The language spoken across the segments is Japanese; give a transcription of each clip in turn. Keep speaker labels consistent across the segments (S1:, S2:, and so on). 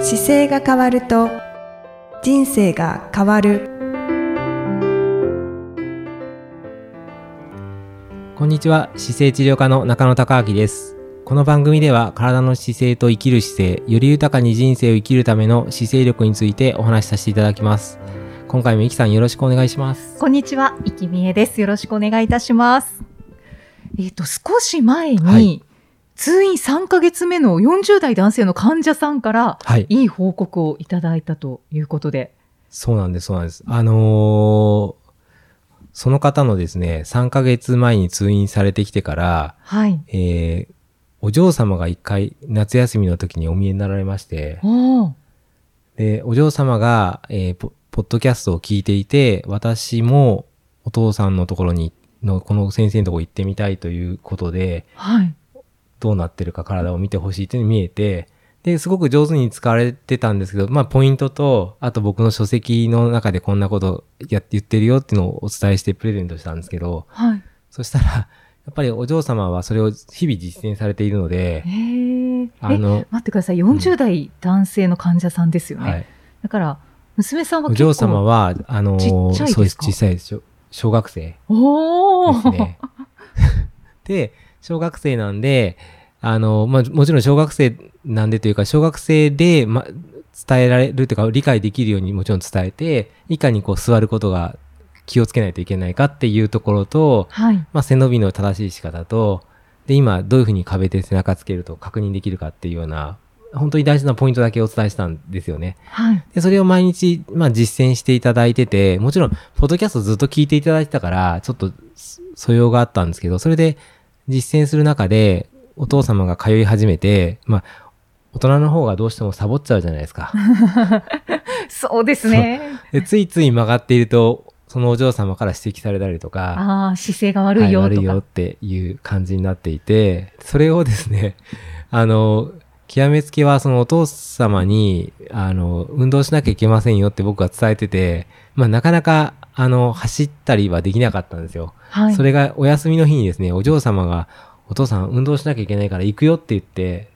S1: 姿勢が変わると人生が変わる
S2: こんにちは姿勢治療科の中野孝明ですこの番組では体の姿勢と生きる姿勢より豊かに人生を生きるための姿勢力についてお話しさせていただきます今回もイキさんよろしくお願いします
S3: こんにちは、いきみえです。よろしくお願いいたします。えっ、と、少し前に、
S2: はい
S3: 通院3ヶ月目の40代男性の患者さんから、
S2: はい
S3: いい報告をいただいたということで。
S2: そうなんですそうなんですあのーその方のですね3ヶ月前に通院されてきてから
S3: はい。
S2: えーお嬢様が一回夏休みの時にお見えになられまして、
S3: おー
S2: で、お嬢様が、えーポ、ポッドキャストを聞いていて、私もお父さんのところに、の、この先生のところ行ってみたいということで、
S3: はい。
S2: どうなってるか体を見てほしいというのに見えて、で、すごく上手に使われてたんですけど、まあ、ポイントと、あと僕の書籍の中でこんなことやって言ってるよっていうのをお伝えしてプレゼントしたんですけど、
S3: はい。
S2: そしたら、やっぱりお嬢様はそれを日々実践されているので
S3: え、ー、
S2: あ
S3: え、待
S2: の、
S3: ってください。40代男性の患者さんですよね。
S2: はい。
S3: だから、娘さんは
S2: お
S3: 結構。
S2: 嬢様は、あの
S3: ち
S2: ー、
S3: っちゃいですか
S2: そうです、小さいです。小小学生
S3: お
S2: です
S3: ー、
S2: ね。 で、小学生なんで、あのー、まあ、もちろん小学生なんでというか、小学生で、ま、伝えられるというか、理解できるようにもちろん伝えて、いかにこう座ることが気をつけないといけないかっていうところと、
S3: はい。
S2: まあ、背伸びの正しい仕方と、で、今、どういうふうに壁で背中つけると確認できるかっていうような、本当に大事なポイントだけお伝えしたんですよね。
S3: はい。
S2: で、それを毎日、まあ実践していただいてて、もちろん、ポッドキャストずっと聞いていただいてたから、ちょっとそ素養があったんですけど、それで実践する中で、お父様が通い始めて、まあ、大人の方がどうしてもサボっちゃうじゃないですか。
S3: そうですね。
S2: でついつい曲がっていると、そのお嬢様から指摘されたりとか、
S3: ああ、姿勢が悪いよとか。
S2: はい悪いよっていう感じになっていて、それをですね、 あの、極めつけはそのお父様に、あの、運動しなきゃいけませんよって僕は伝えてて、まあなかなか、あの、走ったりはできなかったんですよ。
S3: はい。
S2: それがお休みの日にですね、お嬢様が、お父さん運動しなきゃいけないから行くよって言って、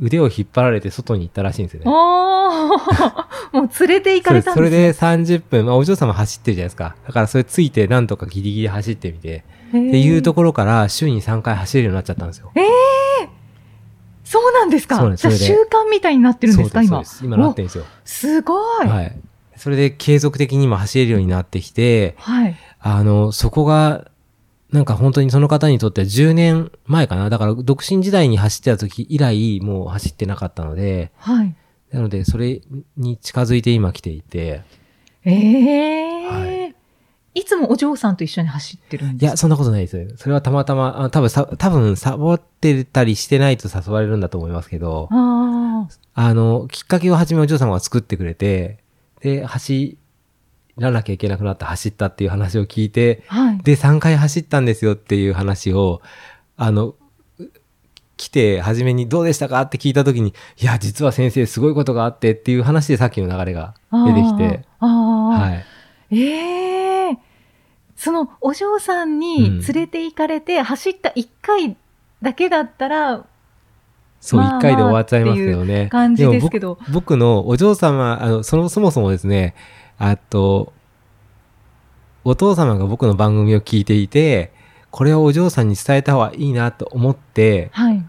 S2: 腕を引っ張られて外に行ったらしいんですよね。
S3: おー もう連れて行か
S2: そう
S3: れ
S2: で
S3: たん
S2: すそ
S3: で
S2: れ
S3: すね。
S2: で30分、まあお嬢様走ってるじゃないですか。だからそれついてなんとかギリギリ走ってみて、
S3: それ
S2: っていうと
S3: こ。
S2: ころから週に3回走れるようになっちゃったんですよ。
S3: そうなんです
S2: そう
S3: か
S2: なんで
S3: じ
S2: す
S3: ゃあ
S2: それ
S3: 習
S2: で
S3: 慣みたいになってるんですか
S2: そう
S3: 今
S2: で。す今なってるんですよ。
S3: すごい。
S2: は
S3: はい。
S2: い。それで継続的に今走れるようになってきて、あの、そこが、なんか本当にその方にとっては10年前かな。だから独身時代に走ってた時以来もう走ってなかったので、
S3: はい。
S2: なのでそれに近づいて今来ていて、
S3: ええ。
S2: はい
S3: いつもお嬢さんと一緒に走ってるん
S2: い
S3: です
S2: や、そんなことないです。それはたまたま、あ多分さ、多分サボってたりしてないと誘われるんだと思いますけど、
S3: ああ。
S2: あの、きっかけをはじめお嬢様が作ってくれて、で、走らなきゃいけなくなって走ったっていう話を聞いて、
S3: はい。
S2: で、3回走ったんですよっていう話を、あの、来て、初めにどうでしたかって聞いた時に、いや、実は先生すごいことがあってっていう話でさっきの流れが出てきて、
S3: ああ。。
S2: はいい。
S3: ええそのお嬢さん
S2: うん
S3: に連れて行かれて、走った1回だけだったら、
S2: そう、
S3: まあ
S2: 1回で終わっちゃいますけどね。
S3: まあっていう感じですけど
S2: も僕僕のお嬢様、あの、その、そもそもですね、あと、お父様が僕の番組を聞いていて、これをお嬢さんに伝えた方がいいなと思って、
S3: はい。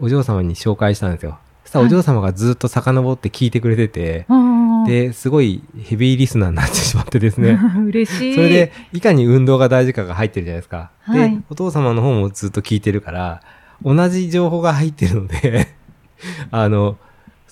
S2: お嬢様に紹介したんですよ。そしたらお嬢様がずっと遡って聞いてくれてて、
S3: ああ。
S2: で、すごいヘビーリスナーになってしまってですね。
S3: 嬉しい。
S2: それで、いかに運動が大事かが入ってるじゃないですか。
S3: は
S2: で
S3: い、
S2: お父様の方もずっと聞いてるから、同じ情報が入ってるので、 あの、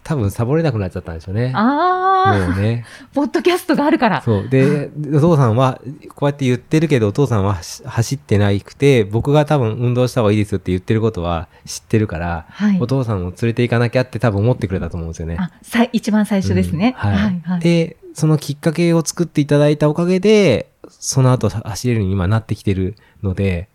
S2: 多分サボれなくなっちゃったんでしょうね。も
S3: あ
S2: うね。
S3: あ、ポッドキャストがあるから。
S2: そう。で、お父さんは、こうやって言ってるけど、お父さんは走走ってないくて、僕が多分運動した方がいいですよって言ってることは知ってるから、
S3: はい
S2: お。父さんも連れて行かなきゃって多分思ってくれたと思うんですよね。
S3: あ、さい一番最初ですね。
S2: うん
S3: はい、はい。
S2: で、そのきっかけを作っていただいたおかげで、その後走れるように今なってきてるので、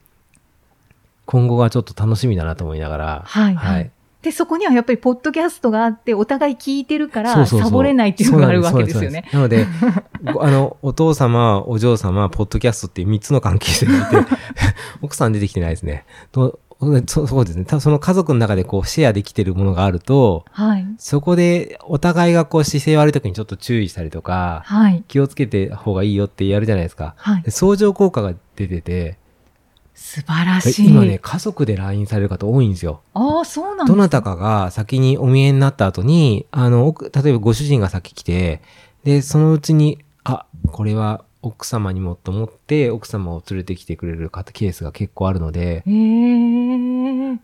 S2: 今後がちょっと楽しみだなと思いながら、
S3: はいで、そこにはやっぱりポッドキャストがあって、お互い聞いてるから、サボれないっていうのがあるわけですよね。
S2: そうなんですそうなんですなので、ご あの、お父様、お嬢様、ポッドキャストっていう3つの関係性がいて、奥さん出てきてないですね。とそそうですね。たその家族の中でこうシェアできてるものがあると、
S3: はい。
S2: そこでお互いがこう姿勢悪い時にちょっと注意したりとか、
S3: はい。
S2: 気をつけて方がいいよってやるじゃないですか。
S3: はい
S2: で。相乗効果が出てて、
S3: 素晴ら
S2: え
S3: しい。
S2: 今ね、家族で LINE される方多いんですよ。
S3: ああ、そうなんです
S2: どなたかが先にお見えになった後に、あの、奥例えばご主人が先来て、で、そのうちに、あ、これは奥様にもと思って、奥様を連れてきてくれる方、ケースが結構あるので、
S3: ええい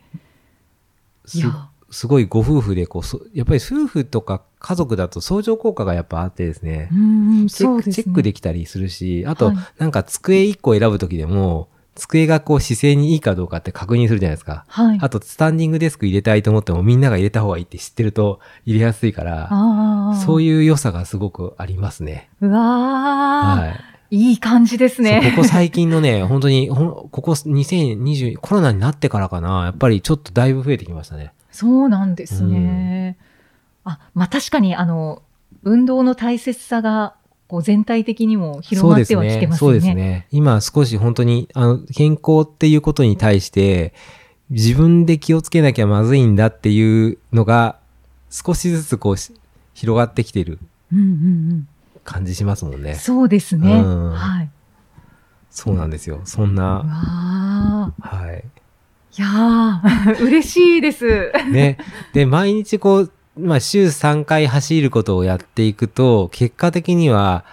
S2: す
S3: や、
S2: すごいご夫婦でこうそ、やっぱり夫婦とか家族だと相乗効果がやっぱあってですね
S3: う、んうん、
S2: チェ
S3: そう
S2: ック
S3: ですね。
S2: チェックできたりするし、あと、
S3: はい
S2: なんか机1個選ぶときでも、机がこう姿勢にいいかどうかって確認するじゃないですか。
S3: はい。
S2: あと、スタンディングデスク入れたいと思ってもみんなが入れた方がいいって知ってると入れやすいから、
S3: ああ。
S2: そう
S3: い
S2: いう良さがすごくありますね。
S3: う。うわあ、
S2: はい。
S3: いい感じです
S2: そう
S3: ね。
S2: ここ最近のね、 本当に、ほんここ2020、コロナになってからかな、やっぱりちょっとだいぶ増えてきましたね。
S3: そうなんですね。あ、まあ確かに、あの、運動の大切さが、こう全体的にも広まってはきてます
S2: そ
S3: よ
S2: う
S3: ね。
S2: ですね。そうですね。今少し本当に、あの、健康っていうことに対して、自分で気をつけなきゃまずいんだっていうのが、少しずつこうし、広がってきてる
S3: うんうん
S2: 感じしますもん
S3: うん。
S2: ね。
S3: そうですね。
S2: うん
S3: はい。
S2: そうなんですよ。そん
S3: う
S2: な、
S3: わあ。
S2: はい。
S3: いやー嬉しいです。
S2: ね。で、毎日こう、まあ、週3回走ることをやっていくと、結果的には、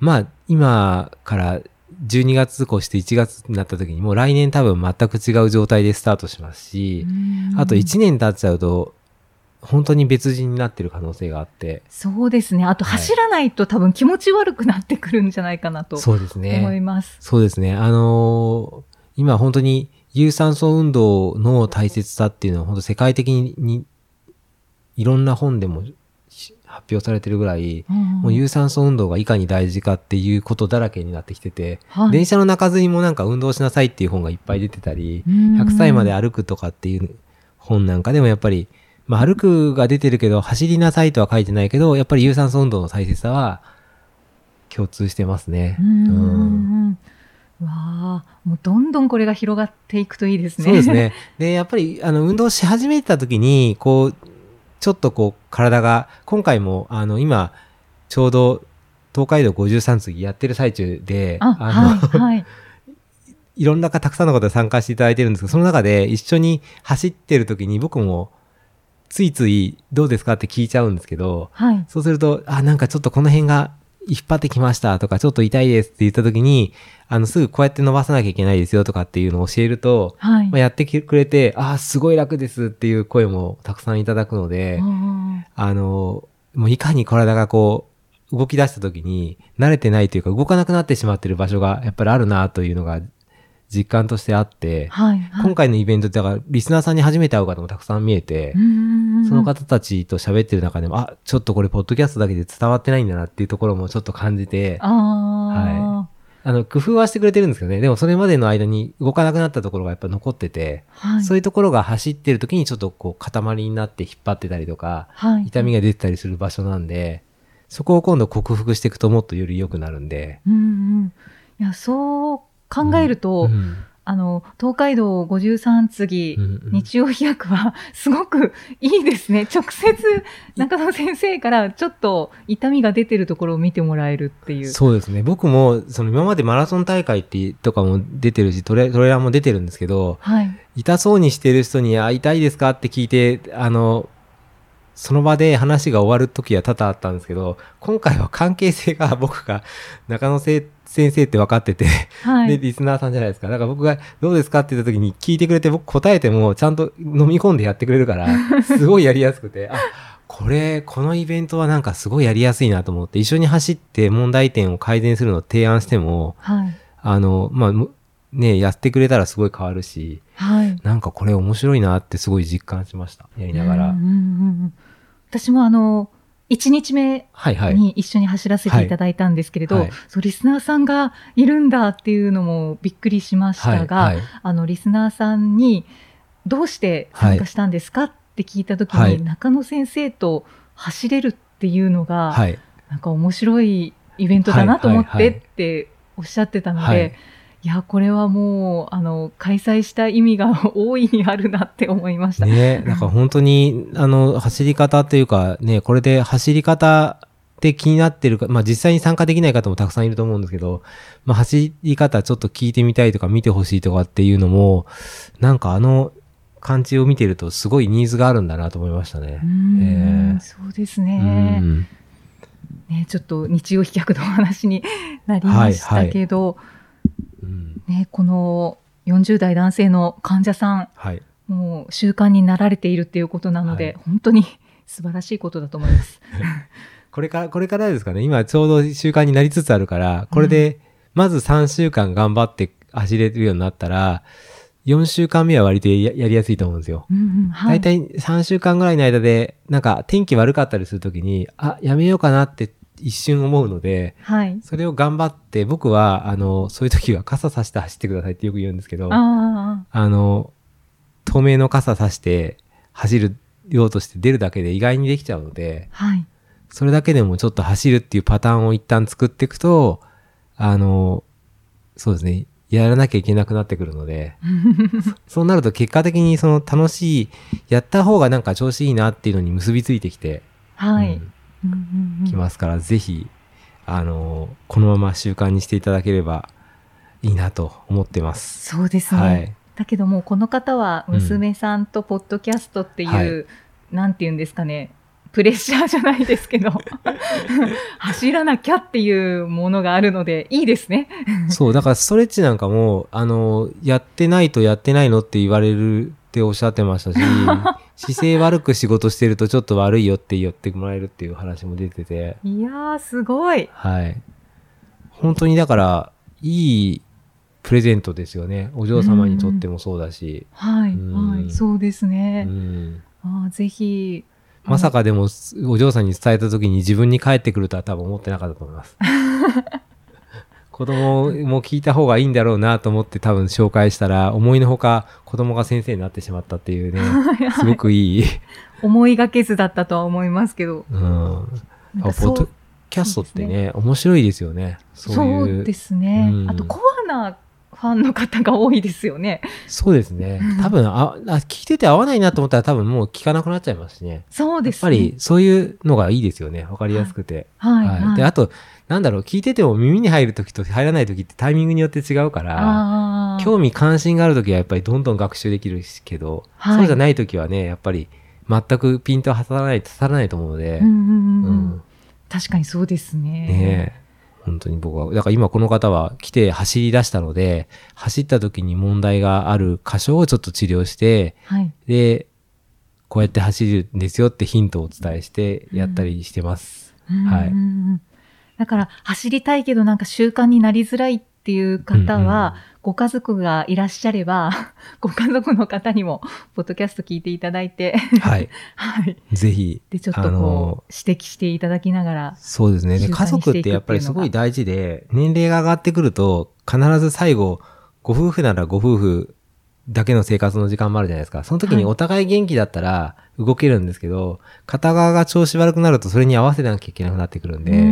S2: まあ、今から12月越して1月になった時に、もう来年多分全く違う状態でスタートしますし、あと1年経っちゃうと、本当に別人になってる可能性があって、
S3: そうですね。あと
S2: はい
S3: 走らないと多分気持ち悪くなってくるんじゃないかなと
S2: そうです
S3: 思い
S2: ね。
S3: ます。
S2: そうですね。あのー今本当に有酸素運動の大切さっていうのは本当世界的にいろんな本でもし発表されてるぐらい、もう有酸素運動がいかに大事かっていうことだらけになってきてて、
S3: はい
S2: 電車の中ずにもなんか運動しなさいっていう本がいっぱい出てたり、100
S3: 100
S2: 歳まで歩くとかっていう本なんかでもやっぱり、まあ、歩くが出てるけど、走りなさいとは書いてないけど、やっぱり有酸素運動の大切さは共通してますね。うん
S3: わあ、もうどんどんこれが広がっていくといいですね。
S2: そうです。ね。で、やっぱり、あの、運動し始めた時に、こう、ちょっとこう、体が、今回も、あの、今、ちょうど、東海道53次やってる最中で、
S3: あ、
S2: の、
S3: はい、はい。
S2: いろんなかたくさんの方で参加していただいてるんですけど、その中で一緒に走ってる時に僕もついついどうですかって聞いちゃうんですけど、
S3: はい。
S2: そうすると、あ、なんかちょっとこの辺が引っ張ってきましたとか、ちょっと痛いですって言った時に、あの、すぐこうやって伸ばさなきゃいけないですよとかっていうのを教えると、
S3: はい。
S2: まあ、やってくれて、あー、すごい楽ですっていう声もたくさんいただくので、
S3: あ
S2: あの、もういかに体がこう、動き出した時に慣れてないというか動かなくなってしまってる場所がやっぱりあるなというのが実感としてあって
S3: あ、はい、はい。
S2: 今回のイベントってだからリスナーさんに初めて会う方もたくさん見えて、そ
S3: そ
S2: の方たちと喋ってる中でも、あ、ちょっとこれポッドキャストだけで伝わってないんだなっていうところもちょっと感じて、あ
S3: ああ、
S2: の、工夫はしてくれてるんですけどね、でもそれまでの間に動かなくなったところがやっぱ残ってて、
S3: はい。
S2: そういうところが走ってる時にちょっとこう塊になって引っ張ってたりとか、
S3: はい。
S2: 痛みが出てたりする場所なんで、そこを今度克服していくともっとより良くなるんで。
S3: うんうん。いや、そう考えると、
S2: うん
S3: あの、東海道53次、
S2: うんうん
S3: 日曜飛躍は、 すごくいいですね。直接、中野先生から、ちょっと痛みが出てるところを見てもらえるっていう。
S2: そうですね。僕も、その今までマラソン大会ってとかも出てるし、トレトレーラーも出てるんですけど、
S3: はい。
S2: 痛そうにしてる人に、あ、痛いですかって聞いて、あの、その場で話が終わる時は多々あったんですけど、今回は関係性が僕が中野せ先生って分かってて、
S3: は
S2: で、
S3: い。
S2: リスナーさんじゃないですか。だから僕がどうですかって言った時に聞いてくれて、僕答えてもちゃんと飲み込んでやってくれる から、すごいやりやすくて、あ、これ、このイベントはなんかすごいやりやすいなと思って、一緒に走って問題点を改善するのを提案しても、
S3: はい。
S2: あの、まあ、むね、やってくれたらすごい変わるし、
S3: はい。
S2: なんかこれ面白いなってすごい実感しました。やりながら。
S3: うんうんうんうん私もあの、1日目
S2: はいはい。
S3: に一緒に走らせていただいたんですけれど、
S2: はい
S3: そうリスナーさんがいるんだっていうのもびっくりしまし
S2: は
S3: た
S2: い、
S3: が、
S2: はい。
S3: あのリスナーさんにどうして参加したんですかって聞いた時に、
S2: はい
S3: 中野先生と走れるっていうのが、
S2: はい。
S3: なんか面白いイベントだなと思っ
S2: はいはい
S3: て
S2: はい
S3: っておっしゃってたので、
S2: はいい
S3: いや、これはもう、あの、開催した意味が 大いにあるなって思いました。
S2: ね、なんか本当に、あの、走り方というか、ね、これで走り方って気になってるか、まあ実際に参加できない方もたくさんいると思うんですけど、まあ走り方ちょっと聞いてみたいとか見てほしいとかっていうのも、なんかあの感じを見てるとすごいニーズがあるんだなと思いましたね。
S3: うーん
S2: えー
S3: そうです
S2: う
S3: ね。
S2: ん
S3: ね、ちょっと日曜飛脚のお話になりましたけど、
S2: うん
S3: ね、この40代男性の患者さん、
S2: はい。
S3: もう習慣になられているっていうことなので、
S2: はい
S3: 本当に 素晴らしいことだと思い ます。
S2: これから、これからですかね。今ちょうど習慣になりつつあるから、これで、まず3週間頑張って走れるようになったら、4週間目は割とややりやすいと思うんですよ。
S3: うんうんは
S2: 大
S3: い、
S2: 体3週間ぐらいの間で、なんか天気悪かったりするときに、あ、やめようかなって一瞬思うので、
S3: はい。
S2: それを頑張って、僕は、あの、そういう時は傘さして走ってくださいってよく言うんですけど、あ
S3: あ
S2: の、透明の傘さして走る用として出るだけで意外にできちゃうので
S3: あ、、はい。
S2: それだけでもちょっと走るっていうパターンを一旦作っていくと、あの、そうですね、やらなきゃいけなくなってくる ので、そうなると結果的にその楽しい、やった方がなんか調子いいなっていうのに結びついてきて、
S3: はい。
S2: う
S3: うん
S2: ん
S3: うんうん
S2: きますから、ぜひ、あのーこのまま習慣にしていただければいいなと思ってます。
S3: そうですね。
S2: はい。
S3: だけどもうこの方は
S2: うん
S3: 娘さんとポッドキャストっていう、
S2: はい
S3: なんて言うんですかねプレッシャーじゃないです けど走らなきゃっていうものがあるのでいいですね。
S2: そう、だからストレッチなんかも、あのーやってないとやってないのって言われるっておっしゃってま したし、姿勢悪く仕事してるとちょっと悪いよって言ってもらえるっていう話も出てて、
S3: いやーすごい。
S2: はい。本当にだから、いいプレゼントですよね。お嬢様にとってもそうだし。
S3: はい、
S2: うん
S3: はい、そうです
S2: う
S3: ね。
S2: ん
S3: あーぜひ
S2: まさかでも、お嬢さんに伝えた時に自分に返ってくるとは多分思ってなかったと思 います。子供も聞いた方がいいんだろうなと思って多分紹介したら、思いのほか子供が先生になってしまったってい うね、すごくいい。
S3: 思いがけずだったとは思いますけど
S2: うん。あ
S3: なん
S2: ポ
S3: かそ
S2: ッド
S3: う
S2: キャストってね、面白いですよね。そう
S3: そ
S2: いう
S3: うですね、
S2: うん
S3: あとコアなファンの方が多いですよね。
S2: そうで すね。多分あ、あ聞いてて合わないなと思ったら多分もう聞かなくなっちゃいますしね。
S3: そうで
S2: やっ
S3: す
S2: ぱ
S3: ね。
S2: りそういうのがいいですよね。わかりやすくて。
S3: はい、
S2: はい。で、あと、なんだろう、聞いてても耳に入るときと入らないときってタイミングによって違うから、
S3: あー
S2: 興味関心があるときはやっぱりどんどん学習できるしけど、
S3: はい
S2: そうじゃないときはね、やっぱり全くピントは刺さらない、刺さらないと思うので、
S3: うんうんうんうん
S2: うん
S3: 確かにそうですね。
S2: ねえ。本当に僕は、だから今この方は来て走り出したので、走った時に問題がある箇所をちょっと治療して、
S3: はい。
S2: で、こうやって走るんですよってヒントをお伝えしてやったりして ます。はい
S3: うんうんうんだから、走りたいけどなんか習慣になりづらいっていう方は、ご家族がいらっしゃれば、 ご家族の方にも、ポッドキャスト聞いていただいて、
S2: はい。
S3: はい。
S2: ぜひ。
S3: で、ちょっとこう、
S2: あの
S3: 指摘していただきながら、
S2: そうですね。
S3: 習
S2: で
S3: 慣に
S2: 家族ってやっぱりすごい大事で、年齢が上がってくると、必ず最後、ご夫婦ならご夫婦だけの生活の時間もあるじゃないですか。その時
S3: は
S2: に
S3: い
S2: お互い元気だったら動けるんですけど、片側が調子悪くなるとそれに合わせなきゃいけなくなってくるんで、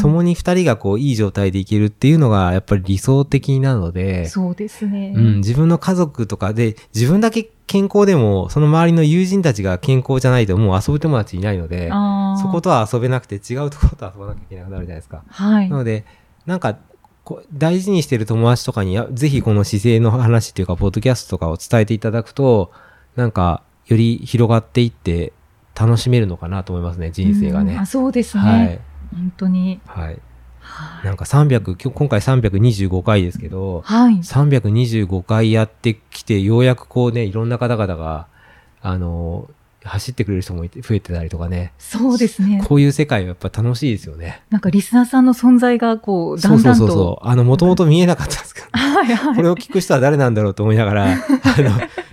S3: と
S2: 共に二人がこういい状態でいけるっていうのがやっぱり理想的なので、
S3: そうですね。
S2: うん、自分の家族とかで、自分だけ健康でも、その周りの友人たちが健康じゃないともう遊ぶ友達いないので、
S3: あー
S2: そことは遊べなくて違うところと遊ばなきゃいけなくなるじゃないですか。
S3: はい
S2: な。ので、なんか、こう大事にしてる友達とかに、やぜひこの姿勢の話っていうか、ポッドキャストとかを伝えていただくと、なんか、より広がっていって、楽しめるのかなと思いますね、人生が
S3: うん
S2: ね
S3: あ。そうですね。
S2: はい。
S3: 本当に。
S2: はい。
S3: はい
S2: なんか300、今日今回325回ですけど、
S3: はい。
S2: 325回やってきて、ようやくこうね、いろんな方々が、あの、走ってくれる人もいて増えてたりとかね。
S3: そうですね。
S2: こういう世界はやっぱ楽しいですよね。
S3: なんかリスナーさんの存在がこう、だんだんと。
S2: そうそうそうそう。あの、もともと見えなかったんですけど、
S3: はいはい。
S2: これを聞く人は誰なんだろうと思いな がら、あの、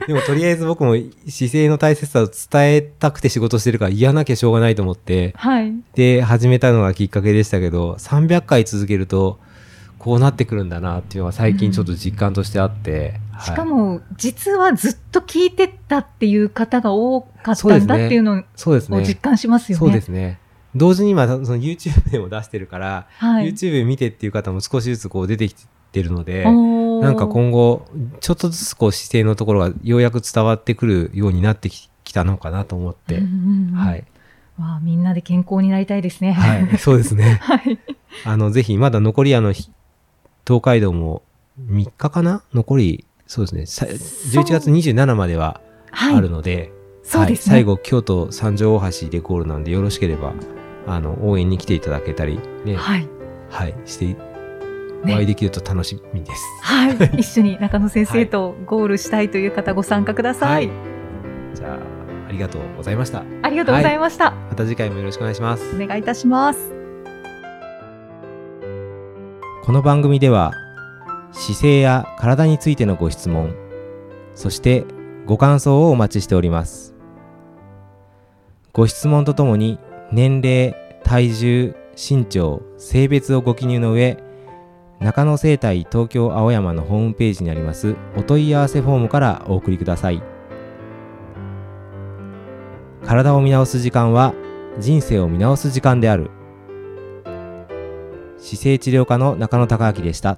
S2: でもとりあえず僕も姿勢の大切さを伝えたくて仕事してるから嫌なきゃしょうがないと思って、
S3: はい。
S2: で、始めたのがきっかけでしたけど、300回続けると、こうなってくるんだなっていうのは最近ちょっと実感としてあって。はい
S3: しかも、実はずっと聞いてたっていう方が多かっ
S2: そう
S3: た
S2: です
S3: んだっ
S2: ね
S3: ていうの
S2: そうです
S3: を
S2: ね。
S3: 実感しますよね。
S2: そうですね。同時に今、その YouTube でも出してるから、
S3: はい。
S2: YouTube 見てっていう方も少しずつこう出てきてるので、
S3: おー
S2: なんか今後、ちょっとずつこう姿勢のところがようやく伝わってくるようになってききたのかなと思っ
S3: う
S2: て
S3: ん、うんうん
S2: はい。
S3: わあみんなで健康になりたいですね。
S2: はい、そうですね。
S3: はい。
S2: あの、ぜひ、まだ残り、あの、ひ東海道も3日かな残り、そうですね。さ
S3: そう
S2: 11月27までは
S3: はい
S2: あるので、
S3: そうですね。
S2: 最後、京都三条大橋でゴールなんで、よろしければ、あの、応援に来ていただけたり、ね、はい、
S3: はい。
S2: して、お
S3: ね
S2: 会いできると楽しみです。
S3: はい。一緒に中野先生とゴールしたいという方ご参加ください。
S2: じゃあ、ありがとうございました。
S3: ありがとうございました。
S2: また次回もよろしくお願いします。
S3: お願いいたします。
S2: この番組では姿勢や体についてのご質問そしてご感想をお待ちしておりますご質問とともに年齢体重身長性別をご記入の上中野生態東京青山のホームページにありますお問い合わせフォームからお送りください体を見直す時間は人生を見直す時間である姿勢治療科の中野孝明でした